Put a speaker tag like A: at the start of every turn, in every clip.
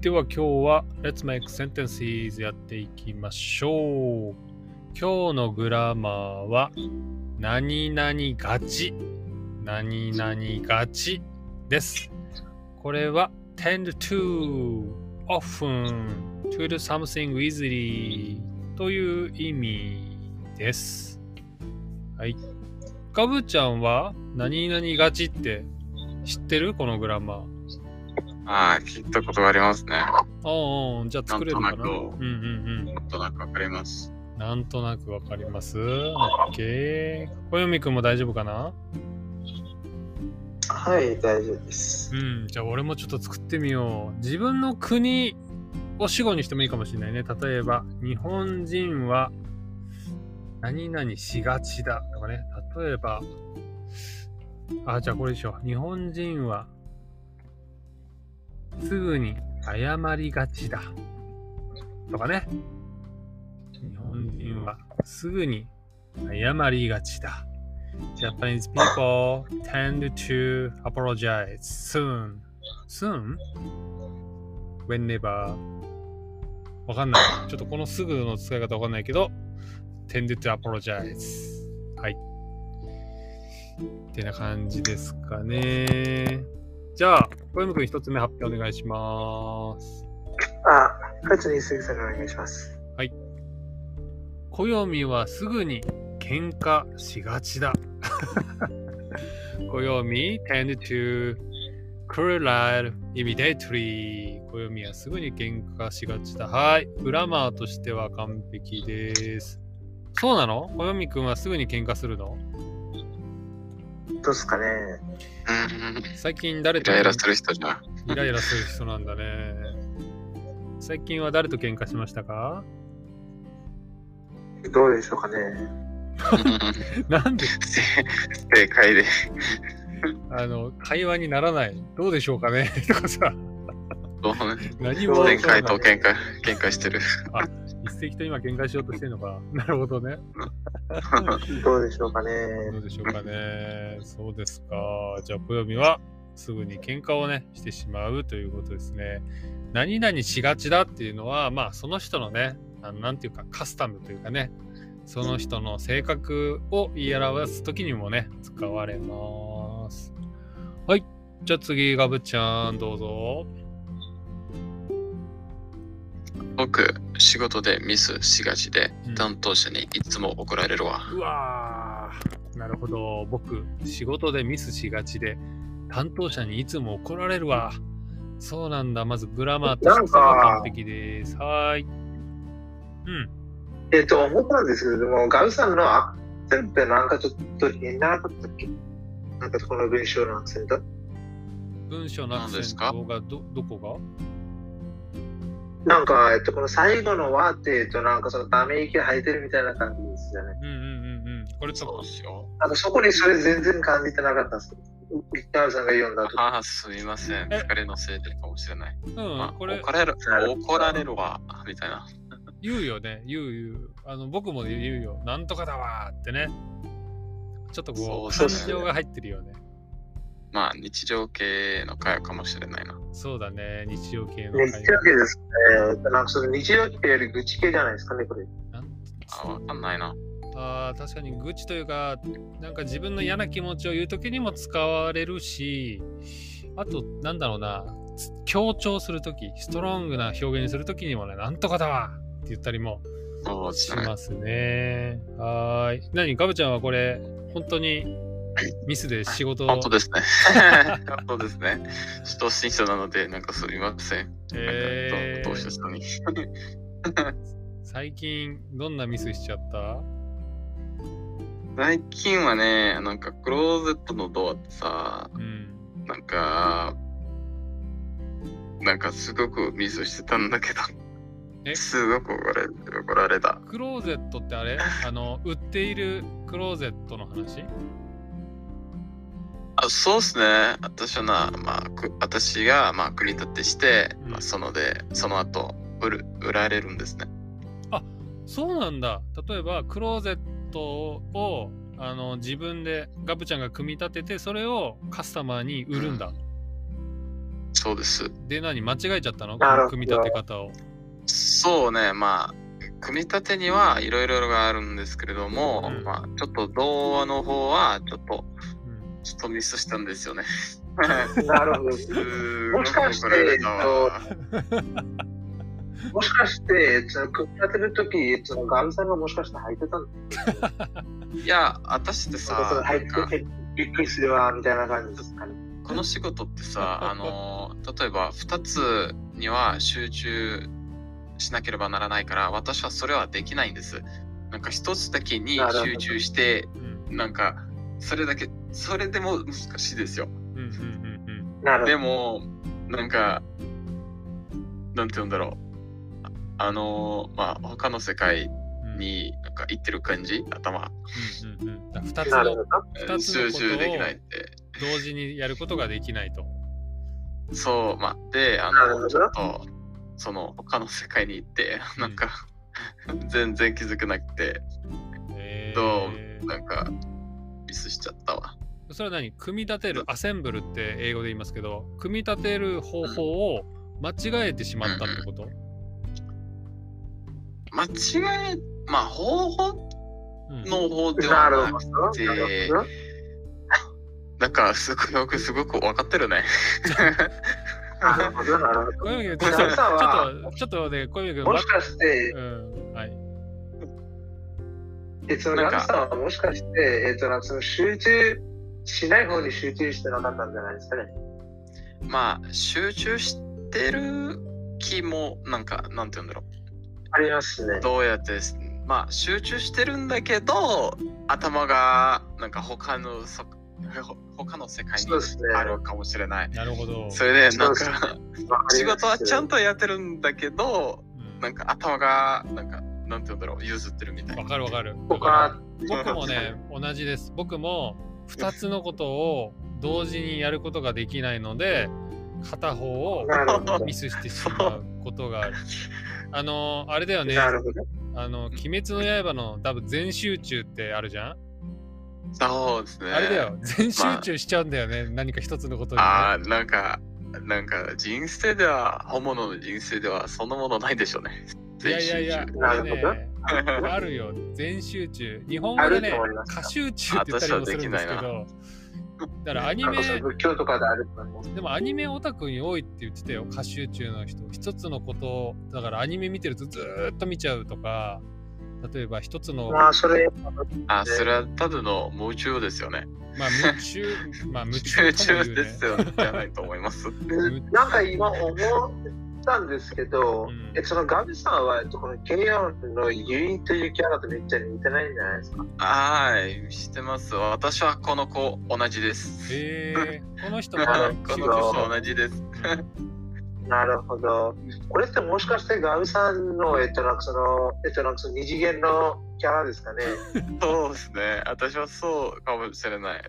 A: では今日は Let's Make Sentences やっていきましょう。今日のグラマーは何々がち、何々がちです。これは tend to, often, to do something easily という意味です。はい。ガブちゃんは何々がちって知ってるこのグラマー。
B: はい、聞いたことがありますね。
A: ああ、じゃあ作れるかな。
B: なんとなく
A: うんうん
B: なんとなくわかります。
A: うん。なんとなくわかります。オッケー。小読くんも大丈夫かな
C: はい、大丈夫です
A: う。ん。じゃあ俺もちょっと作ってみよう。自分の国を主語にしてもいいかもしれないね。例えば、日本人は何々しがちだとかね。例えば、あ、じゃあこれでしょう。日本人はすぐに謝りがちだ。とかね。日本人はすぐに謝りがちだ。Japanese people tend to apologize soon. Soon? Whenever. わかんない。ちょっとこのすぐの使い方わかんないけど、tend to apologize. はい。ってな感じですかね。じゃあ、小山君一つ目発表お願いします。
C: あ、カツにすぐさんお願いします。
A: 小読はすぐに喧嘩しがちだ。小読 tend to quarrel immediately. 小読はすぐに喧嘩しがちだ。はい。グラマーとしては完璧です。そうなの小読くんはすぐに喧嘩するの
C: どうっすかね。
B: うん、
A: 最近誰
B: イ
A: と
B: ライラする人じゃん。
A: イライラする人なんだね。最近は誰と喧嘩しましたか
C: どうでしょうかね。
A: なんで
B: 正解で。
A: あの会話にならない。どうでしょうかねとかさ、
B: どうね。
A: 何もわから
B: 前
A: ない
B: 回と喧嘩、喧嘩してる。
A: 一石と今喧嘩しようとしてるの かな。なるほどね。
C: どうでしょうかね。
A: どうでしょうかね。そうですか。じゃあ、暦はすぐに喧嘩をね、してしまうということですね。何々しがちだっていうのは、まあ、その人のね、あのなんていうか、カスタムというかね、その人の性格を言い表すときにもね、使われます。はい。じゃあ次、ガブちゃん、どうぞ。
B: 僕、仕事でミスしがちで
A: うん、
B: 担当者にいつも怒られるわ。
A: うわーなるほど僕仕事でミスしがちで担当者にいつも怒られるわそうなんだまずグラマーとしては完璧ですはーいうん
C: えっと、思ったんですけれども、ガウさんのアクセントなんかちょっと気にならなかったっけなんかこの文章のアクセント
A: 文章のアクセントがどどこが
C: なんか、えっと、この最後のはっていうと、なんかそのため息吐いてるみたいな感じですよね。
A: うんうんうんうんこれと
B: そう
A: か
B: ですよ。
C: なんかそこにそれ全然感じてなかったんですよ。ガウさんが読んだと。
B: ああ、すみません。
A: え
B: 疲れのせいでかもしれない。
A: うん
B: まあ、
A: これ
B: 怒られる、怒られるわ。みたいな。
A: 言うよね言う言うあの僕も言うよなんとかだわーってねちょっとこう
B: そ
A: 感
B: うですね
A: 情が入ってるよね
B: まあ、日常系の会話かもしれないな。
A: そうだね日常系の
C: 日
A: 会
C: 曜
A: 話
C: 日ですね。えっとなんかその日曜日より愚痴系じゃないですかね、これ。
A: なん
B: あわかんないな。
A: あー確かに愚痴というかなんか自分の嫌な気持ちを言う時にも使われるしあとなんだろうなつ強調する時ストロングな表現にする時にもねなんとかだわって言ったりも
B: そうです
A: し
B: ね。
A: ますねはーい何ガブちゃんはこれ本当にミスで仕事を
B: 本当ですね。 本当ですね。主導審査なので、なんかすみません。なん
A: え
B: かどうどうし
A: ー
B: た人に。
A: 最近どんなミスしちゃった
B: 最近はね、なんかクローゼットのドアってさ、
A: うん
B: なんか、なんかすごくミスしてたんだけ
A: え
B: ど、すごく怒られ怒られた。
A: クローゼットってあれあの売っているクローゼットの話
B: あそうっすね。私はな、まあ、く私が、まあ、国立てして、まあ、そので、その後、売る、売られるんですね。
A: そうなんだ例えばクローゼットをあの自分でガブちゃんが組み立ててそれをカスタマーに売るんだ、
B: そうです。
A: で、何間違えちゃったのこ
C: なる
A: の
C: ほど
A: 組み立て方を。
B: そうね、まあ、組み立てにはいろいろがあるんですけれども、
A: うん
B: まあ、ちょっと童話の方は、ちょっと、
A: うん
B: ちょっとミスしたんですよね。
C: なるほど。
B: うーん
C: もしかして
B: よくわからないな
C: もしかして、その組み立てるとき、そのガミさんがもしかして履いてたの
B: いや、私ってさ、
C: その
B: な
C: 履
B: んか
C: いててびっくりするわ、みたいな感じですかね。
B: この仕事ってさ、 あの、例えば2つには集中しなければならないから、私はそれはできないんです。なんか1つだけに
C: なるほど
B: 集中して、
A: うん
B: なんか、それだけ、それでも難しいですよ。
A: うんうんうん
C: なるほど。
B: でも、なんか、なんて言うんだろう。ああの、まあ、他の世界
A: うん
B: に、なんか行ってる感じ頭、
A: うんうんうんだから二つ
C: なるほ
A: の
C: ど。
A: 二つのことを
B: 集中できないって。
A: 同時にやることができないと。
B: そう、まあ、で、あ
C: なるほ
B: の、
C: ど
B: ちょっと、その、他の世界に行って、
A: ん
B: なんか、 全然気づけなくて、
A: え
B: ど
A: ー
B: なんか、ミスしちゃったわ。
A: それは何組み立てる、アセンブルって英語で言いますけど、組み立てる方法を間違えてしまったってこと
B: 間違え、まあ、方法
A: うん
B: の方で
C: な
B: は
C: る
B: な
C: ほ
B: く
C: ど。
B: で
C: なるほど
B: なんか、すごくよく、すごく分かってるね。
C: なるほど。なるほ
A: 小泉君、ち
C: ど。
A: ょっと
C: ガミさんは、
A: ちょっと、ちょっとね、小泉君、
C: もしかして、
A: うん、はい。
C: えその
B: なん
C: ガ
B: か
C: ミさんはもしかして、えっと、なんかその集中しない方に集中してなかったんじゃないですかね。
B: まあ、集中してる気も、なんか、なんて言うんだろ
C: ありますね
B: う。。どうやって、まあ、集中してるんだけど、頭が、なんか、他のそ、ほ他の世界に
C: そうですね。
B: あるかもしれない。
A: なるほど。
B: それでなん
C: そ う
B: か
C: わかり
B: 仕
C: ます
B: 事はちゃんとやってるんだけど
A: うん
B: なんか頭がなんかなんて言うんだろう譲ってるみたい
A: わ
B: な。
A: かるわかる。
C: 僕は、
A: 僕もね、同じです。僕も2つのことを同時にやることができないので、片方を
C: なるほど。
A: ミスしてしまうことがある。あの、あれだよね、
C: な
A: あ
C: るほど。
A: の、鬼滅の刃の多分全集中ってあるじゃん、
B: そうですね。
A: あれだよ、全集中しちゃうんだよね、何か一つのことに、ね。
B: あーなんかなんか人生では本物の人生ではそんなものないでしょうね。
A: いやいやいや、
C: 中
A: あれね
C: な る
A: あるよ、全集中。日本語で
C: ある
A: ね
C: と思い、ます
A: 過集中って言ったりもするんですけ
B: 私
A: ど、だからアニ
C: なん
A: メ
C: か、その仏教とかであると思います。
A: でもアニメオタクに多いって言ってたよ、歌集中の人。一つのことを、だからアニメ見てるとずーっと見ちゃうとか、例えば一つの、ま
C: ま
A: あ
C: あ、それ、
B: あそれはただの夢中ですよね。
A: 夢中、ま あ夢中
B: 夢
A: とも
B: 中
A: 言う
B: で
A: ね
B: す。よねじゃないと思います。
C: なんか今思ったんですけど、
A: うん
C: えそのガビさんは、えっとこのケニアンのユイというキャラとめっちゃ似てないんじゃないですか。
B: はいしてます。私はこの子同じです。
A: えー、この人
B: こ
A: も
B: の
A: 集
B: 子
A: 中
B: 同じです。
C: なるほど。これってもしかしてガビさんの、えっと、なんかその、えっと、なんかその二次元のキャラですかね。
B: そうですね。私はそうかもしれない。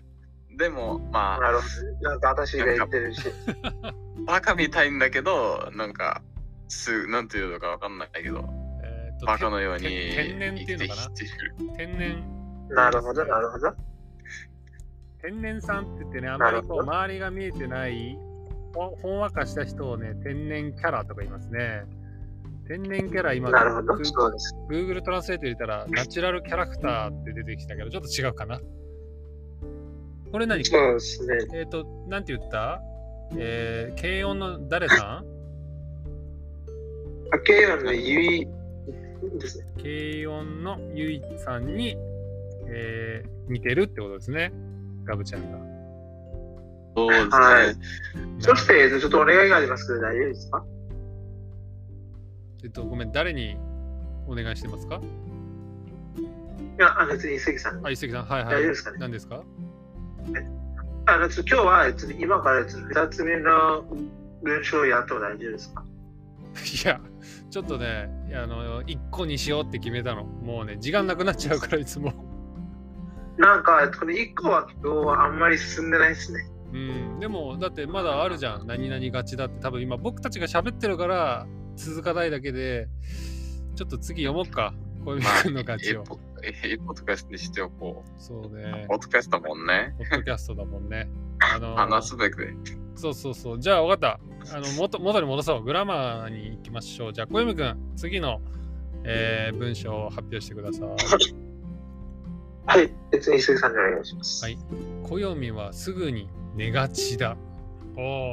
B: でも、まあ、
C: なるほど。なんか私が言ってるし。
B: バカみたいんだけど、なんか、すなんていうのかわかんないけど、
A: えーと
B: バカのように
A: て天然って
B: 生
A: い
B: き
A: うの
B: て
A: かな
B: きてる。
A: 天然、
C: なるほど、なるほど。
A: 天然さんって言ってね、あまりこう
C: なるほど
A: 周りが見えてない、ほほんわかした人をね、天然キャラとか言いますね。天然キャラ今、
C: なるほど。そうです。
A: Google トランスレート入れたら、ナチュラルキャラクターって出てきたけど、ちょっと違うかな。これ何
C: そうですね。
A: えっ、と、なんて言ったえー、軽音の誰さん
C: ケニアンのユイですね。
A: 軽音のゆいさんに、えー、似てるってことですね。ガブちゃんが。
B: そうですね。
C: はいそして、えっとちょっとお願いがありますけど、大丈夫ですか
A: えっと、ごめん、誰にお願いしてますか
C: いや、あの別に関さん。
A: あ、一石さん、はいは
C: 大丈夫
A: い
C: で。すかね
A: 何ですか
C: あのちょ今日はえっと今からえっと二つ目の文章をやっても大丈夫ですか
A: いや、ちょっとね、いやあの、一個にしようって決めたの。もうね、時間なくなっちゃうから、いつも。
C: なんかえっとこの一個は今日はあんまり進んでないですね。
A: うん、でもだってまだあるじゃん何々勝ちだって多分今僕たちが喋ってる から続かないだけでちょっと次読もうか小泉君の勝ち
B: 一
A: を
B: 歩えーポッドキャストにしておこ
A: そう
B: う。
A: ね
B: ポ。ッドキャストだもんね。
A: ポッドキャストだもんね。あの
B: 話すべくで。
A: そうそうそう。じゃあ分かった。あの元元に戻そう。グラマーに行きましょう。じゃあ小泉くん、次の、えー文章を発表してください。
C: はい、別に杉さんにお願いします。
A: はい暦はすぐに寝がちだ。あ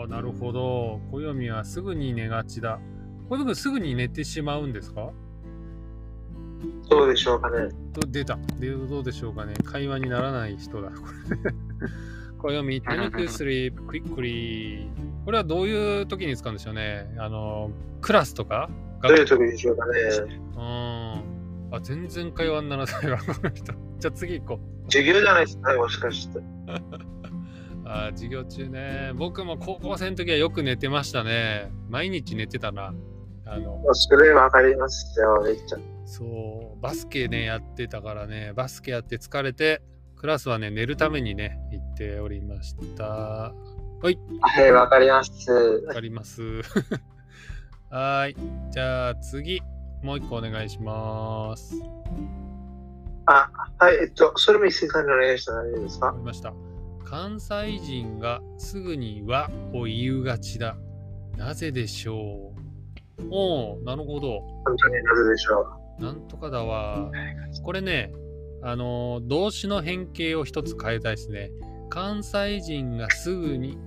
A: あ、なるほど。暦はすぐに寝がちだ。小泉くん、すぐに寝てしまうんですか
C: どうでしょうかね。
A: と出たでどうでしょうかね会話にならない人だ これこれを見てみくすりクイックリこれはどういう時に使うんでしょうねあのクラスとか
C: どういう時でしょうかね。
A: うんあ全然会話にならないわこの人じゃあ次行こう
C: 授業じゃないですかね、もしかして。
A: あー授業中ね僕も高校生の時はよく寝てましたね毎日寝てたなあの
C: それわかりますよ、めっちゃ。
A: そうバスケねやってたからねバスケやって疲れてクラスはね寝るためにね行っておりました
C: はい、わかります。
A: わかります。 はーい。じゃあ次、もう一個お願いします。わ
C: はい、えっと、それも一斉さんにお願いして大丈夫です
A: か
C: か
A: りました。関西人がすぐにはを言うがちだ。なぜでしょうおお、なるほど。
C: 本当になぜでしょう。
A: なんとかだわ。これね、あのー、動詞の変形を一つ変えたいですね。関西人がすぐに、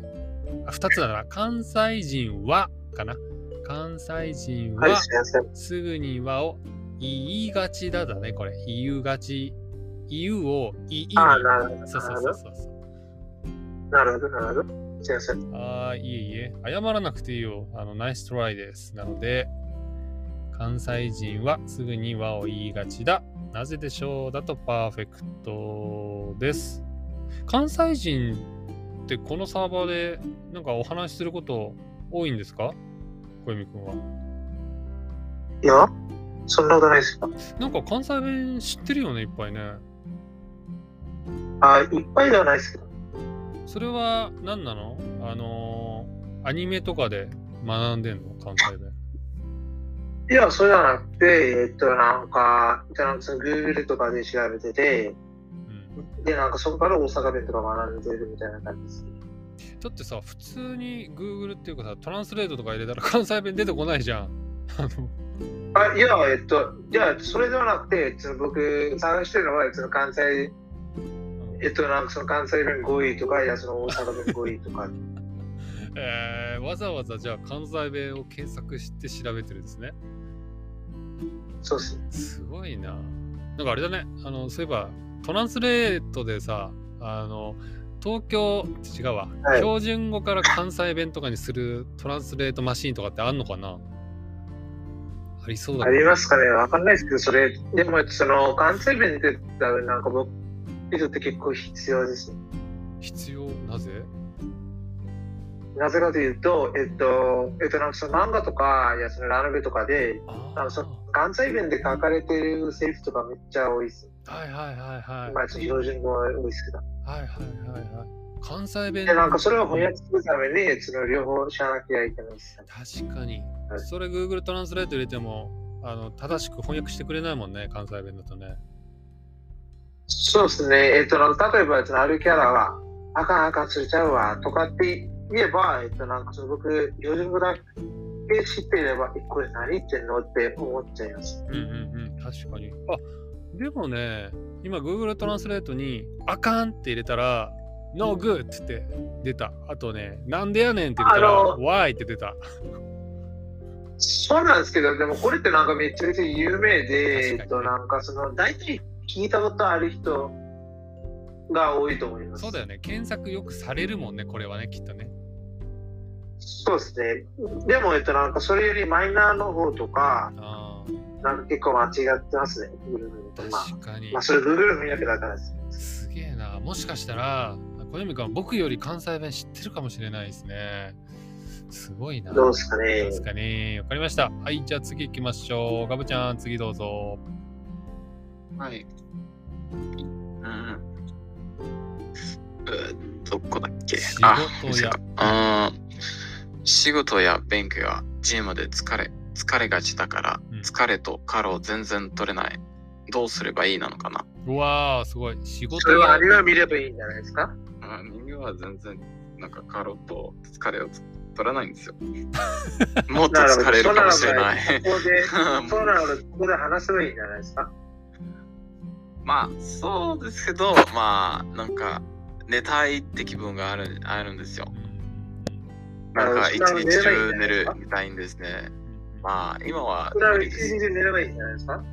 A: あ、二つだな。関西人はかな。関西人は、
C: はい、すいません。
A: すぐにはを言いがちだだね、これ。言うがち。言うを言いに。
C: ああ、なるほど。
A: そうそうそうそう。
C: なるほど、なるほど。すいません。
A: ああ、いえいえ。謝らなくていいよ。あの、ナイストライです。なので、関西人はすぐにはを言いがちだ。なぜでしょうだとパーフェクトです。関西人ってこのサーバーでなんかお話しすること多いんですか小泉君は。
C: いや、そんなことないですか
A: なんか関西弁知ってるよね、いっぱいね。
C: あ、いっぱいではないですけど。
A: それは何なのあのーアニメとかで学んでんの関西弁。
C: いや、そうじゃなくて、えっと、なんか、じゃなくて、Google とかで調べてて、
A: うん、
C: で、なんかそこから大阪弁とか学んでるみたいな感じです。
A: だってさ、普通に Google っていうかさ、トランスレートとか入れたら 関西弁出てこないじゃん。あの
C: あいや、えっと、じゃあ、それではなくて、その僕、探してるのは、その関西、えっと、なんかその関西弁語彙とか、いや、その大阪弁語彙とか。
A: えーわざわざじゃあ関西弁を検索して調べてるんですね。
C: そうっす。
A: すごいな。なんかあれだね、あのそういえばトランスレートでさ、あの東京違うわ、
C: はい
A: 標準語から関西弁とかにするトランスレートマシーンとかってあんのかなありそうだ
C: ありますかねわかんないですけど、それ、でも、その、関西弁って、なんか僕にとって結構必要ですね。
A: 必要なぜ
C: なぜかというと、えっと、えっと、なんかその漫画とか、いや、そのラノベとかで、
A: あ
C: あのそ関西弁で書かれてるセリフとかめっちゃ多いです。
A: はいはいはいはい。
C: まあ、ちょっと標準語は多いですけど。
A: はいはいはいはい。関西弁
C: で、なんかそれを翻訳するために、その両方知らなきゃいけないですね。
A: 確かに。
C: はい
A: それ Google トランスレート入れてもあの正しく翻訳してくれないもんね、関西弁だとね。
C: そうですね。えっと、なんか例えば、そのあるキャラは、あかんあかん釣れちゃうわ、とかって言えば、えっと、なんかその僕、標準語だけ知っていれば、えこれ何言ってんのって思っちゃいます。
A: うんうんうん、確かに。あでもね、今 Google トランスレートに、あかんって入れたら、No good って出た。あとね、なんでやねんって入れた
C: あ
A: ら、
C: の
A: Why って出た。
C: そうなんですけど、でもこれってなんかめちゃめちゃ有名で、えっ
A: 確か
C: と、
A: に
C: なんかその、大体聞いたことある人が多いと思います。
A: そうだよね、検索よくされるもんね、これはね、きっとね。
C: そうですね。でも、えっと、なんかそれよりマイナーの方とか、
A: あ
C: なんか結構間違ってますね。Google
A: ー
C: のまあ、
A: 確かに
C: まあ、。それ Google 翻訳だからです。
A: すげえな。もしかしたら、小泉君は僕より関西弁知ってるかもしれないですね。すごいな。
C: どうですかね。
A: ですかね。わかりました。はい、じゃあ次行きましょう。ガブちゃん、次どうぞ。
B: はい。うん。えーどこだっけ
A: 仕
B: あ
A: 事や
B: あー仕事や勉強やジムで疲れ疲れがちだから
A: うん
B: 疲れとカロを全然取れない、どうすればいいなのかな。
A: うわー、すごい。仕事
C: それは
A: が
C: アニメを見ればいいんじゃないですか
B: あ人間は全然なんかカロット疲れをつ取らないんです よ。もっと疲れるかもしれない。
C: ここで、そうなので、ここで話せばいいんじゃないですか。
B: まあそうですけどまあなんか寝たいって気分があるあるんですよ。なんか一日中寝るみたいんですね。まあ今は
C: これは
B: 無理
C: 一
B: です
C: 日中寝ればいいんじゃないですか。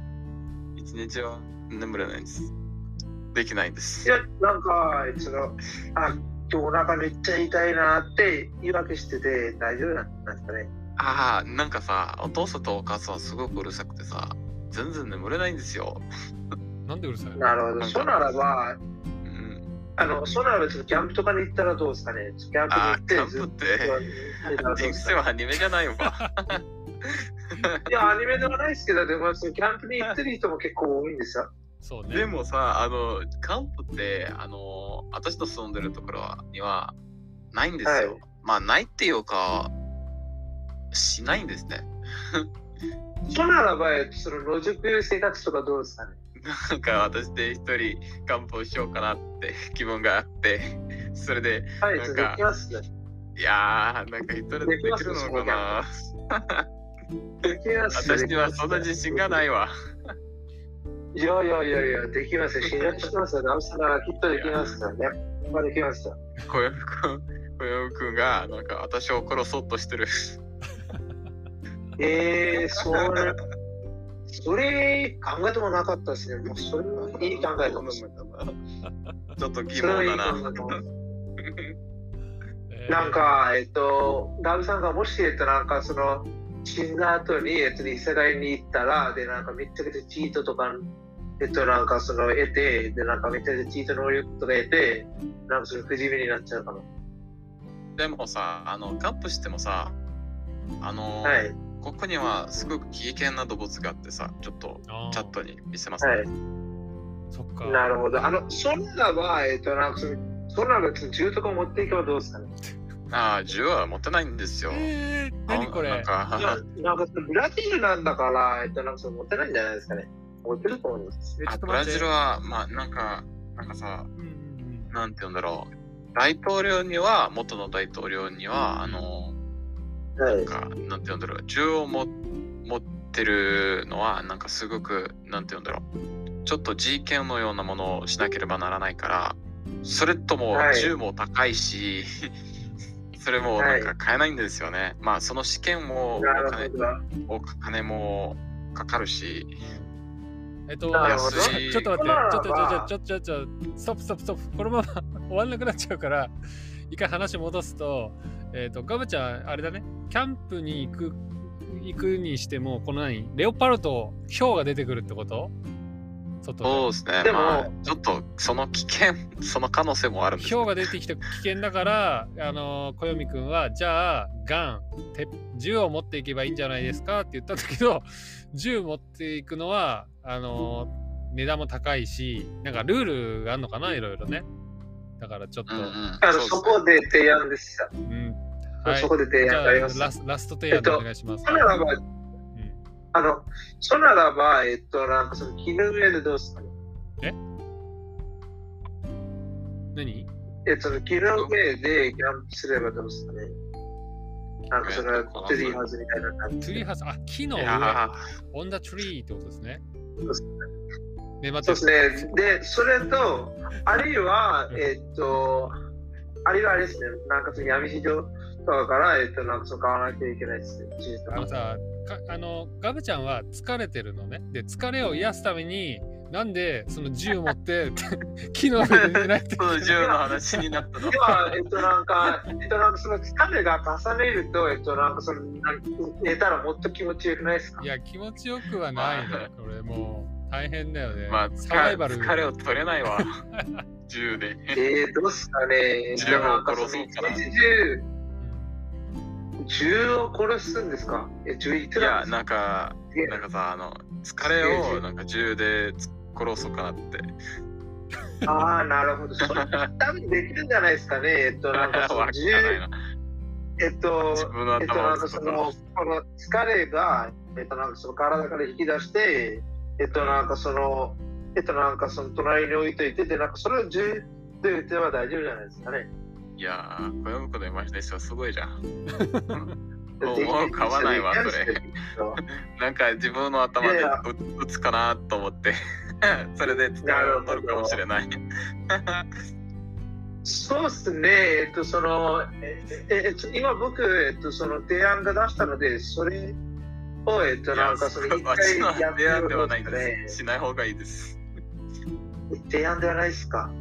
B: 一日は眠れないです。できないで
C: い
B: す。
C: や、なんか、一度、あ、今日お腹めっちゃ痛いなって言い訳してて大丈夫なんですかね。
B: ああなんかさお父さんとお母さんはすごくうるさくてさ全然眠れないんですよ。
A: なんでうるさいの
C: なるほど。そうならば、
B: うん、
C: あの、そうならばちょっとキャンプとかに行ったらどうですかね。キャンプに
B: あ
C: 行
B: あ
C: っ
B: キ
C: て
B: ャ、
C: ずっ
B: ンプっ
C: と
B: て。
C: 寝たらどう
B: 人
C: ですか
B: 生はアニメじゃないわ。
C: いや、アニメではないですけど、でも、そのキャンプに行ってる人も結構多いんですよ。
A: そうね。
B: でもさ、あの、カンプって、あの、私と住んでるところにはないんですよ。
C: はい
B: まあ、ないっていうか、しないんですね。
C: そうならば、その野宿生活とかどうですかね。
B: なんか私で一人カンプをしようかなって 気分があって、それで、
C: はい、
B: なんか
C: 続きますね。
B: いやー、なんか一人でできるのかな。
C: できます。
B: 私にはそんな自信がないいわ。
C: いやいやいやいや、できますよ。信頼してますよ。ダムさんならきっとできますよね。まあ、できますよ。
B: 小籔くん、小籔くんが、なんか私を殺そうとしてる。
C: えー、そうね。それ、考えてもなかったですね。もうそれはいい考えかもしれない。
B: ちょっと疑
C: それは
B: 問
C: いい
B: だ
C: 考
B: な。
C: えかもしれない
A: えー
C: なん、か、えっと、ダムさんがもし、えっと、なんか、その、死んだ後に、えっと、異世界に行ったら、で、なんか、めっちゃくちゃチートとか、えっと、なんか、その、得て、で、なんか、めっちゃくちゃチート能力とか得て、なんか、その、不死身になっちゃうかも。
B: でもさ、あの、カップしてもさ、あの、
C: はい。
B: ここにはすごく危険な動物があってさ、ちょっと
A: あー
B: チャットに見せます、ね
C: はい。
A: そっか。
C: なるほど。あの、そんなは、えっ、と、なんかその、そんなの銃とか持っていけばどうですかね。
B: ああ、銃は持てないんですよ。
A: えー、
B: あ
A: 何こ
B: なん
A: れ
C: いや
B: か、
C: なんかそのブラジルなんだから、えっ、と、なんかその持てないんじゃないですかね。持てると思います。
A: えちょ
B: あ
A: っと
B: ブラ
A: 待っ
B: ジ
A: て
B: ルは、まあ、なんか、なんかさ、
A: うんうんうん
B: なんて言うんだろう。大統領には、元の大統領には、あの、
C: は
B: な
C: い
B: ん。か、なんて言うんだろう。銃をも持ってるのは、なんかすごく、なんて言うんだろう。ちょっと GK のようなものをしなければならないから、それとも
C: はい
B: 銃も高いし、 それもなんか買えないんですよね。まあその試験もお
C: なる
B: 金お金もかかるし、
A: えっと、
C: な
B: るほど
A: ちょっと待って、ちょっと、ち
C: こんなの
A: ょ
C: は
A: っと、ちょっと、ちょっと、ストップ、ストップ、ストップ、このまま終わんなくなっちゃうから、一回話戻すと、えっと、ガブちゃん、あれだね、キャンプに行く、行くにしても、この何、レオパルト、ヒョウが出てくるってこと外
B: そう
A: で。
B: ですね。
C: でも
B: まあちょっとその危険、 その可能性もあるんです
A: ヒ
B: よ
A: ョウが出てきて危険だから、あのー、小読くんは、じゃあ、ガン、鉄銃を持っていけばいいんじゃないですかって言ったんだけど、銃持っていくのは、あのー、値段も高いし、なんかルールがあるのかな、いろいろね。だからちょっと、
B: うんう。
A: うん
C: あの
B: うで
C: そ
B: すね
C: こで提案でした。
A: ん。はい
C: そ。こで提
A: じ
C: 案
A: ゃ
C: があ
A: あ
C: ります。
A: ラス、ラスト提案でお願いします。
C: そならば、
A: うん
C: あの、そならば、えっ、と、なんかその、木の上でどうですかね。
A: 何
C: えっ、と、木の上でキャンプすればどうですかね。なんかその、ツリーハウスみたいな感
A: ツ
C: じ
A: リー
C: で。
A: ハウス、あ、木の
B: い
A: 上、
B: や
A: オンダツリーってことですね。
C: うです
A: で、ま
C: そ
A: た、
C: うですね。で、それと、あるいは
A: う、ん
C: えっと、あるいはあれですね、なんかその闇市場とかから、えっと、なんかその買わなきゃいけないですね。チーズと
A: あの
C: か
A: さかあのガブちゃんは疲れてるのねで疲れを癒すためになんでその銃を持って 木の上で寝ないって
B: ーそう銃の話になったの。
C: では、えっと、なんか、えっと、なんかその疲れが重ねると、えっと、なんかその、なんか寝たらもっと気持ちよくないですか
A: いや気持ちよくはないねこれもう大変だよね、
B: まあ疲
A: サバイバル
B: 疲れを取れ ないわ。銃 で。
C: えー、どうっすかね。えっと
B: 銃を
C: なんかその
B: 殺そうかな
C: 一日中、銃を殺すんですかえ、銃い
B: い
C: くら
B: や、
C: ですか
B: なんか、
C: いや
B: なんかさ、あの、疲れをなんか銃で殺そうかなって。
C: ああ、なるほど。それ多分できるんじゃないですか ね。えっと、なんかそ
B: わ
C: の
B: か
C: 銃、
B: んないな。
C: えっと、
B: 自分の
C: えっと、
B: 頭
C: な
B: を
C: んか
B: 使
C: そ
B: ったら
C: の、この疲れが、えっと、なんかその体から引き出して、えっと、なんかその、えっと、なんかその隣に置いといて、で、なんかそれをじゅっと言っては大丈夫じゃないですかね。
B: いやー、小籔のイマジネーションすごいじゃん。もうもう買わないわ、それ。なんか自分の頭で打つかなと思って、 それで使いを取るかもしれない。
C: そうですね、えっと、その、えええっと、今僕、えっと、その提案が出したので、それを、えっと、
B: い
C: な
B: や
C: んかそ
B: そ
C: れ
B: れ
C: 一
B: は私
C: 回
B: の
C: やって
B: 提案ではない
C: み
B: ん
C: るとね
B: です。しない方がいいです。
C: 提案ではないですか。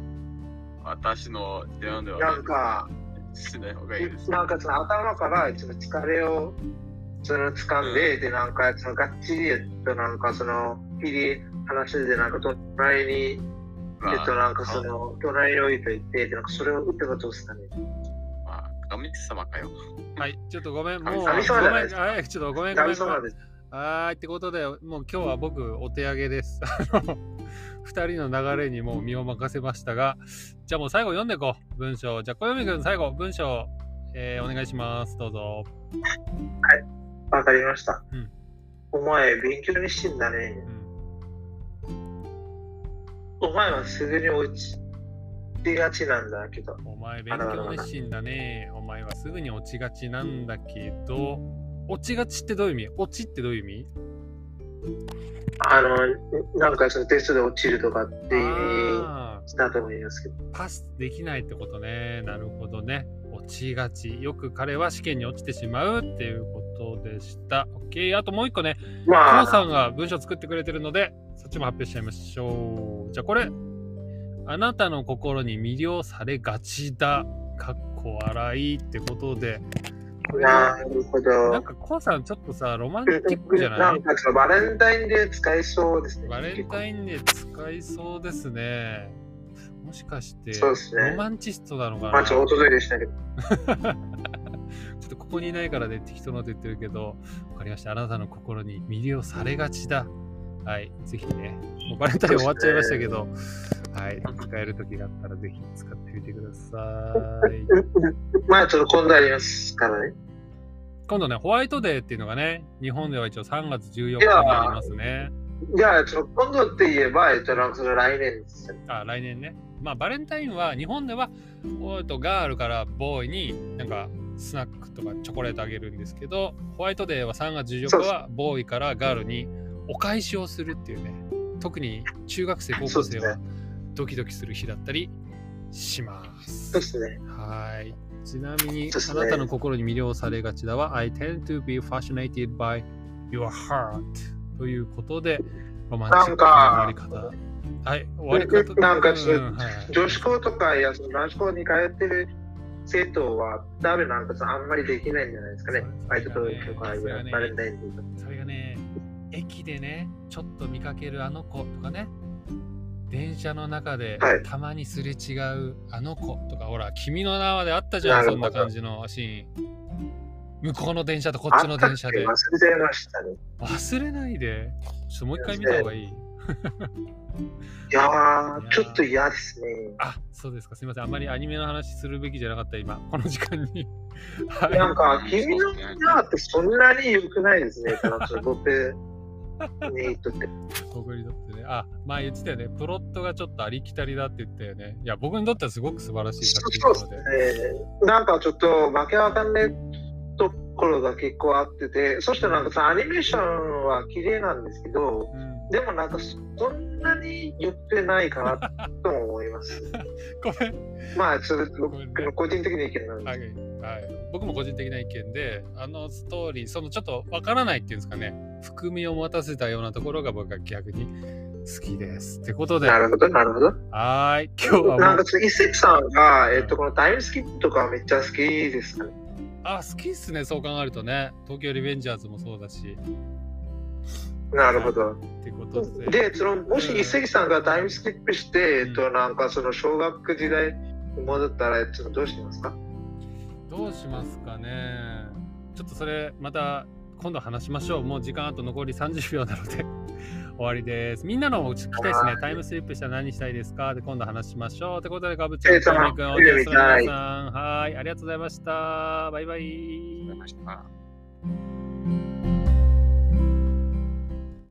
B: 私の提案では
C: なんか、
B: しない方がいいです。
C: なんかその頭からいつも疲れをその掴んで、でなんかそのがっちりとなんかその切り話でなんか隣に、え
B: ま
C: っと
B: あ、
C: なんかその隣に置いといてでなんかそれを打ってことですかね。
B: まあ、神様かよ。
A: はい、ちょっとごめん、もう、ごめん、
B: 神
C: 様じゃないです
A: はい、ちょっとごめん、ご
C: ダ
A: め
C: メ
A: ん、ご
C: そう
A: め
C: なんん。です。
A: はーい、ってことで、もう今日は僕、お手上げです。あの、二人の流れにもう身を任せましたが、じゃあもう最後読んでいこう、文章。じゃあ、小読み君、最後、文章、えーお願いします。どうぞ。
C: わかりました。
A: うん
C: お前勉強にしてんだね。
A: うん
C: お前はすぐに落ちてがちなんだけど。
A: お前、勉強熱心だね。お前はすぐに落ちがちなんだけど、落ちがちってどういう意味落ちってどういう意味
C: あの、なんかそのテストで落ちるとかっていう意味
A: あー
C: だと思いますけど。
A: パスできないってことね。なるほどね。落ちがち。よく彼は試験に落ちてしまうっていうことでした。OK。あともう一個ね、コ
C: ま
A: ロさ
C: あ、
A: んが文章作ってくれてるので、そっちも発表しちゃいましょう。じゃあこれ、あなたの心に魅了されがちだ。かっこ笑いってことで、
C: なるほど。
A: なんかコロさんちょっとさ、ロマンチックじゃ
C: な
A: ない
C: んかそのバレンタインデー使えそうですね。
A: バレンタ
C: イン
A: インで使いそうですね。もしかして、
C: そうですね
A: ロマンチストなのかな
C: まあちょっとおとといでしたけど。
A: ちょっとここにいないからね、適当なこと言ってるけど、わかりました。あなたの心に魅了されがちだ。はい、ぜひね、もうバレンタイン終わっちゃいましたけど、はい、使える時があったらぜひ使ってみてください。
C: まあちょっと今度ありますからね。
A: 今度ね、ホワイトデーっていうのがね、日本では一応3月14日にありますね。
C: じゃあ、ちょっと今度って言えば、えっと、なんかその来年ですよね。
A: あ、来年ね。まあ、バレンタインは日本では、おーっとガールからボーイになんかスナックとかチョコレートあげるんですけど、ホワイトデーは3月14日はボーイからガールにお返しをするっていうね、特に中学生、高校生はドキドキする日だったりしま
C: そう
A: す
C: で。すね。
A: はい。ちなみに、
C: そうです
A: あ
C: ね
A: なたの心に魅了されがちだは、I tend to be fascinated by your heart ということで、ロマンチックな終わり方。はい、終わり方。
C: なんか
A: うんうんはいはい
C: 女子校とか、いや、その男子校に通ってる生徒は、多分なんかそのあんまりできないんじゃないですかね。バイトとか、バレンタインデーとか。
A: それがね、駅でね、ちょっと見かけるあの子とかね、電車の中で
C: はい
A: たまにすれ違うあの子とか、ほら、君の名はであったじゃ、
C: なんる
A: そ
C: ほ
A: ん
C: ど
A: な感じのシーン。向こうの電車とこっ
C: あ
A: ちの
C: ったっ
A: 電
C: け
A: 車
C: 忘
A: で
C: れ。ちゃいましたね。
A: 忘れないで。ちょっともう一回見た方がいい。
C: いやー、ちょっと嫌ですね。
A: あ、そうですか。すみません。あんまりアニメの話するべきじゃなかった、今。この時間に。
C: な
A: は
C: んか、君の女ってそんなに良くない ですね、彼女。僕にとって。
A: い。僕にとってね。あ、まあ言ってたよね。プロットがちょっとありきたりだって言ったよね。いや、僕にとってはすごく素晴らしい作品な
C: そ
A: の
C: うで
A: で。
C: すね。なんかちょっと、わけわかんないところが結構あってて、そしてなんかさ、アニメーションは綺麗なんですけど、
A: うん
C: でもなんか、そんなに良くないかなとも思い ます。
A: ごめん。
C: まあ、それ
A: ごめんね
C: 僕の個人的な意見なんで
A: は
C: す
A: い、はい、僕も個人的な意見であのストーリーそのちょっとわからないっていうんですかね含みを持たせたようなところが僕は逆に好きですってことで
C: けど。な
A: は
C: るほど、なるほど。
A: ーい今日
C: な
A: は
C: ん
A: も
C: か
A: う
C: その一石さんが、えっと、このタイムスキップとかめっちゃ好きですかね。
A: あ好きっすねそう考えるとね東京リベンジャーズもそうだし
C: なるほど。
A: ってことで
C: で、そのもし
A: うん
C: 一石さんがタイムスキップして、
A: うん
C: えっと、なんかその小学時代に戻ったら、えっと、どうしますか
A: どうしますかねちょっとそれまた今度話しましょうもう時間あと残り30秒なので 終わりですみんなの聞きたいですねタイムスリップしたら何したいですかで今度話しましょうってことでガブちゃん
C: えーと
A: トミ君お
C: テレビ
A: 手伝い
C: 見
A: さんはーいありがとうございましたバイバイ
B: わかりました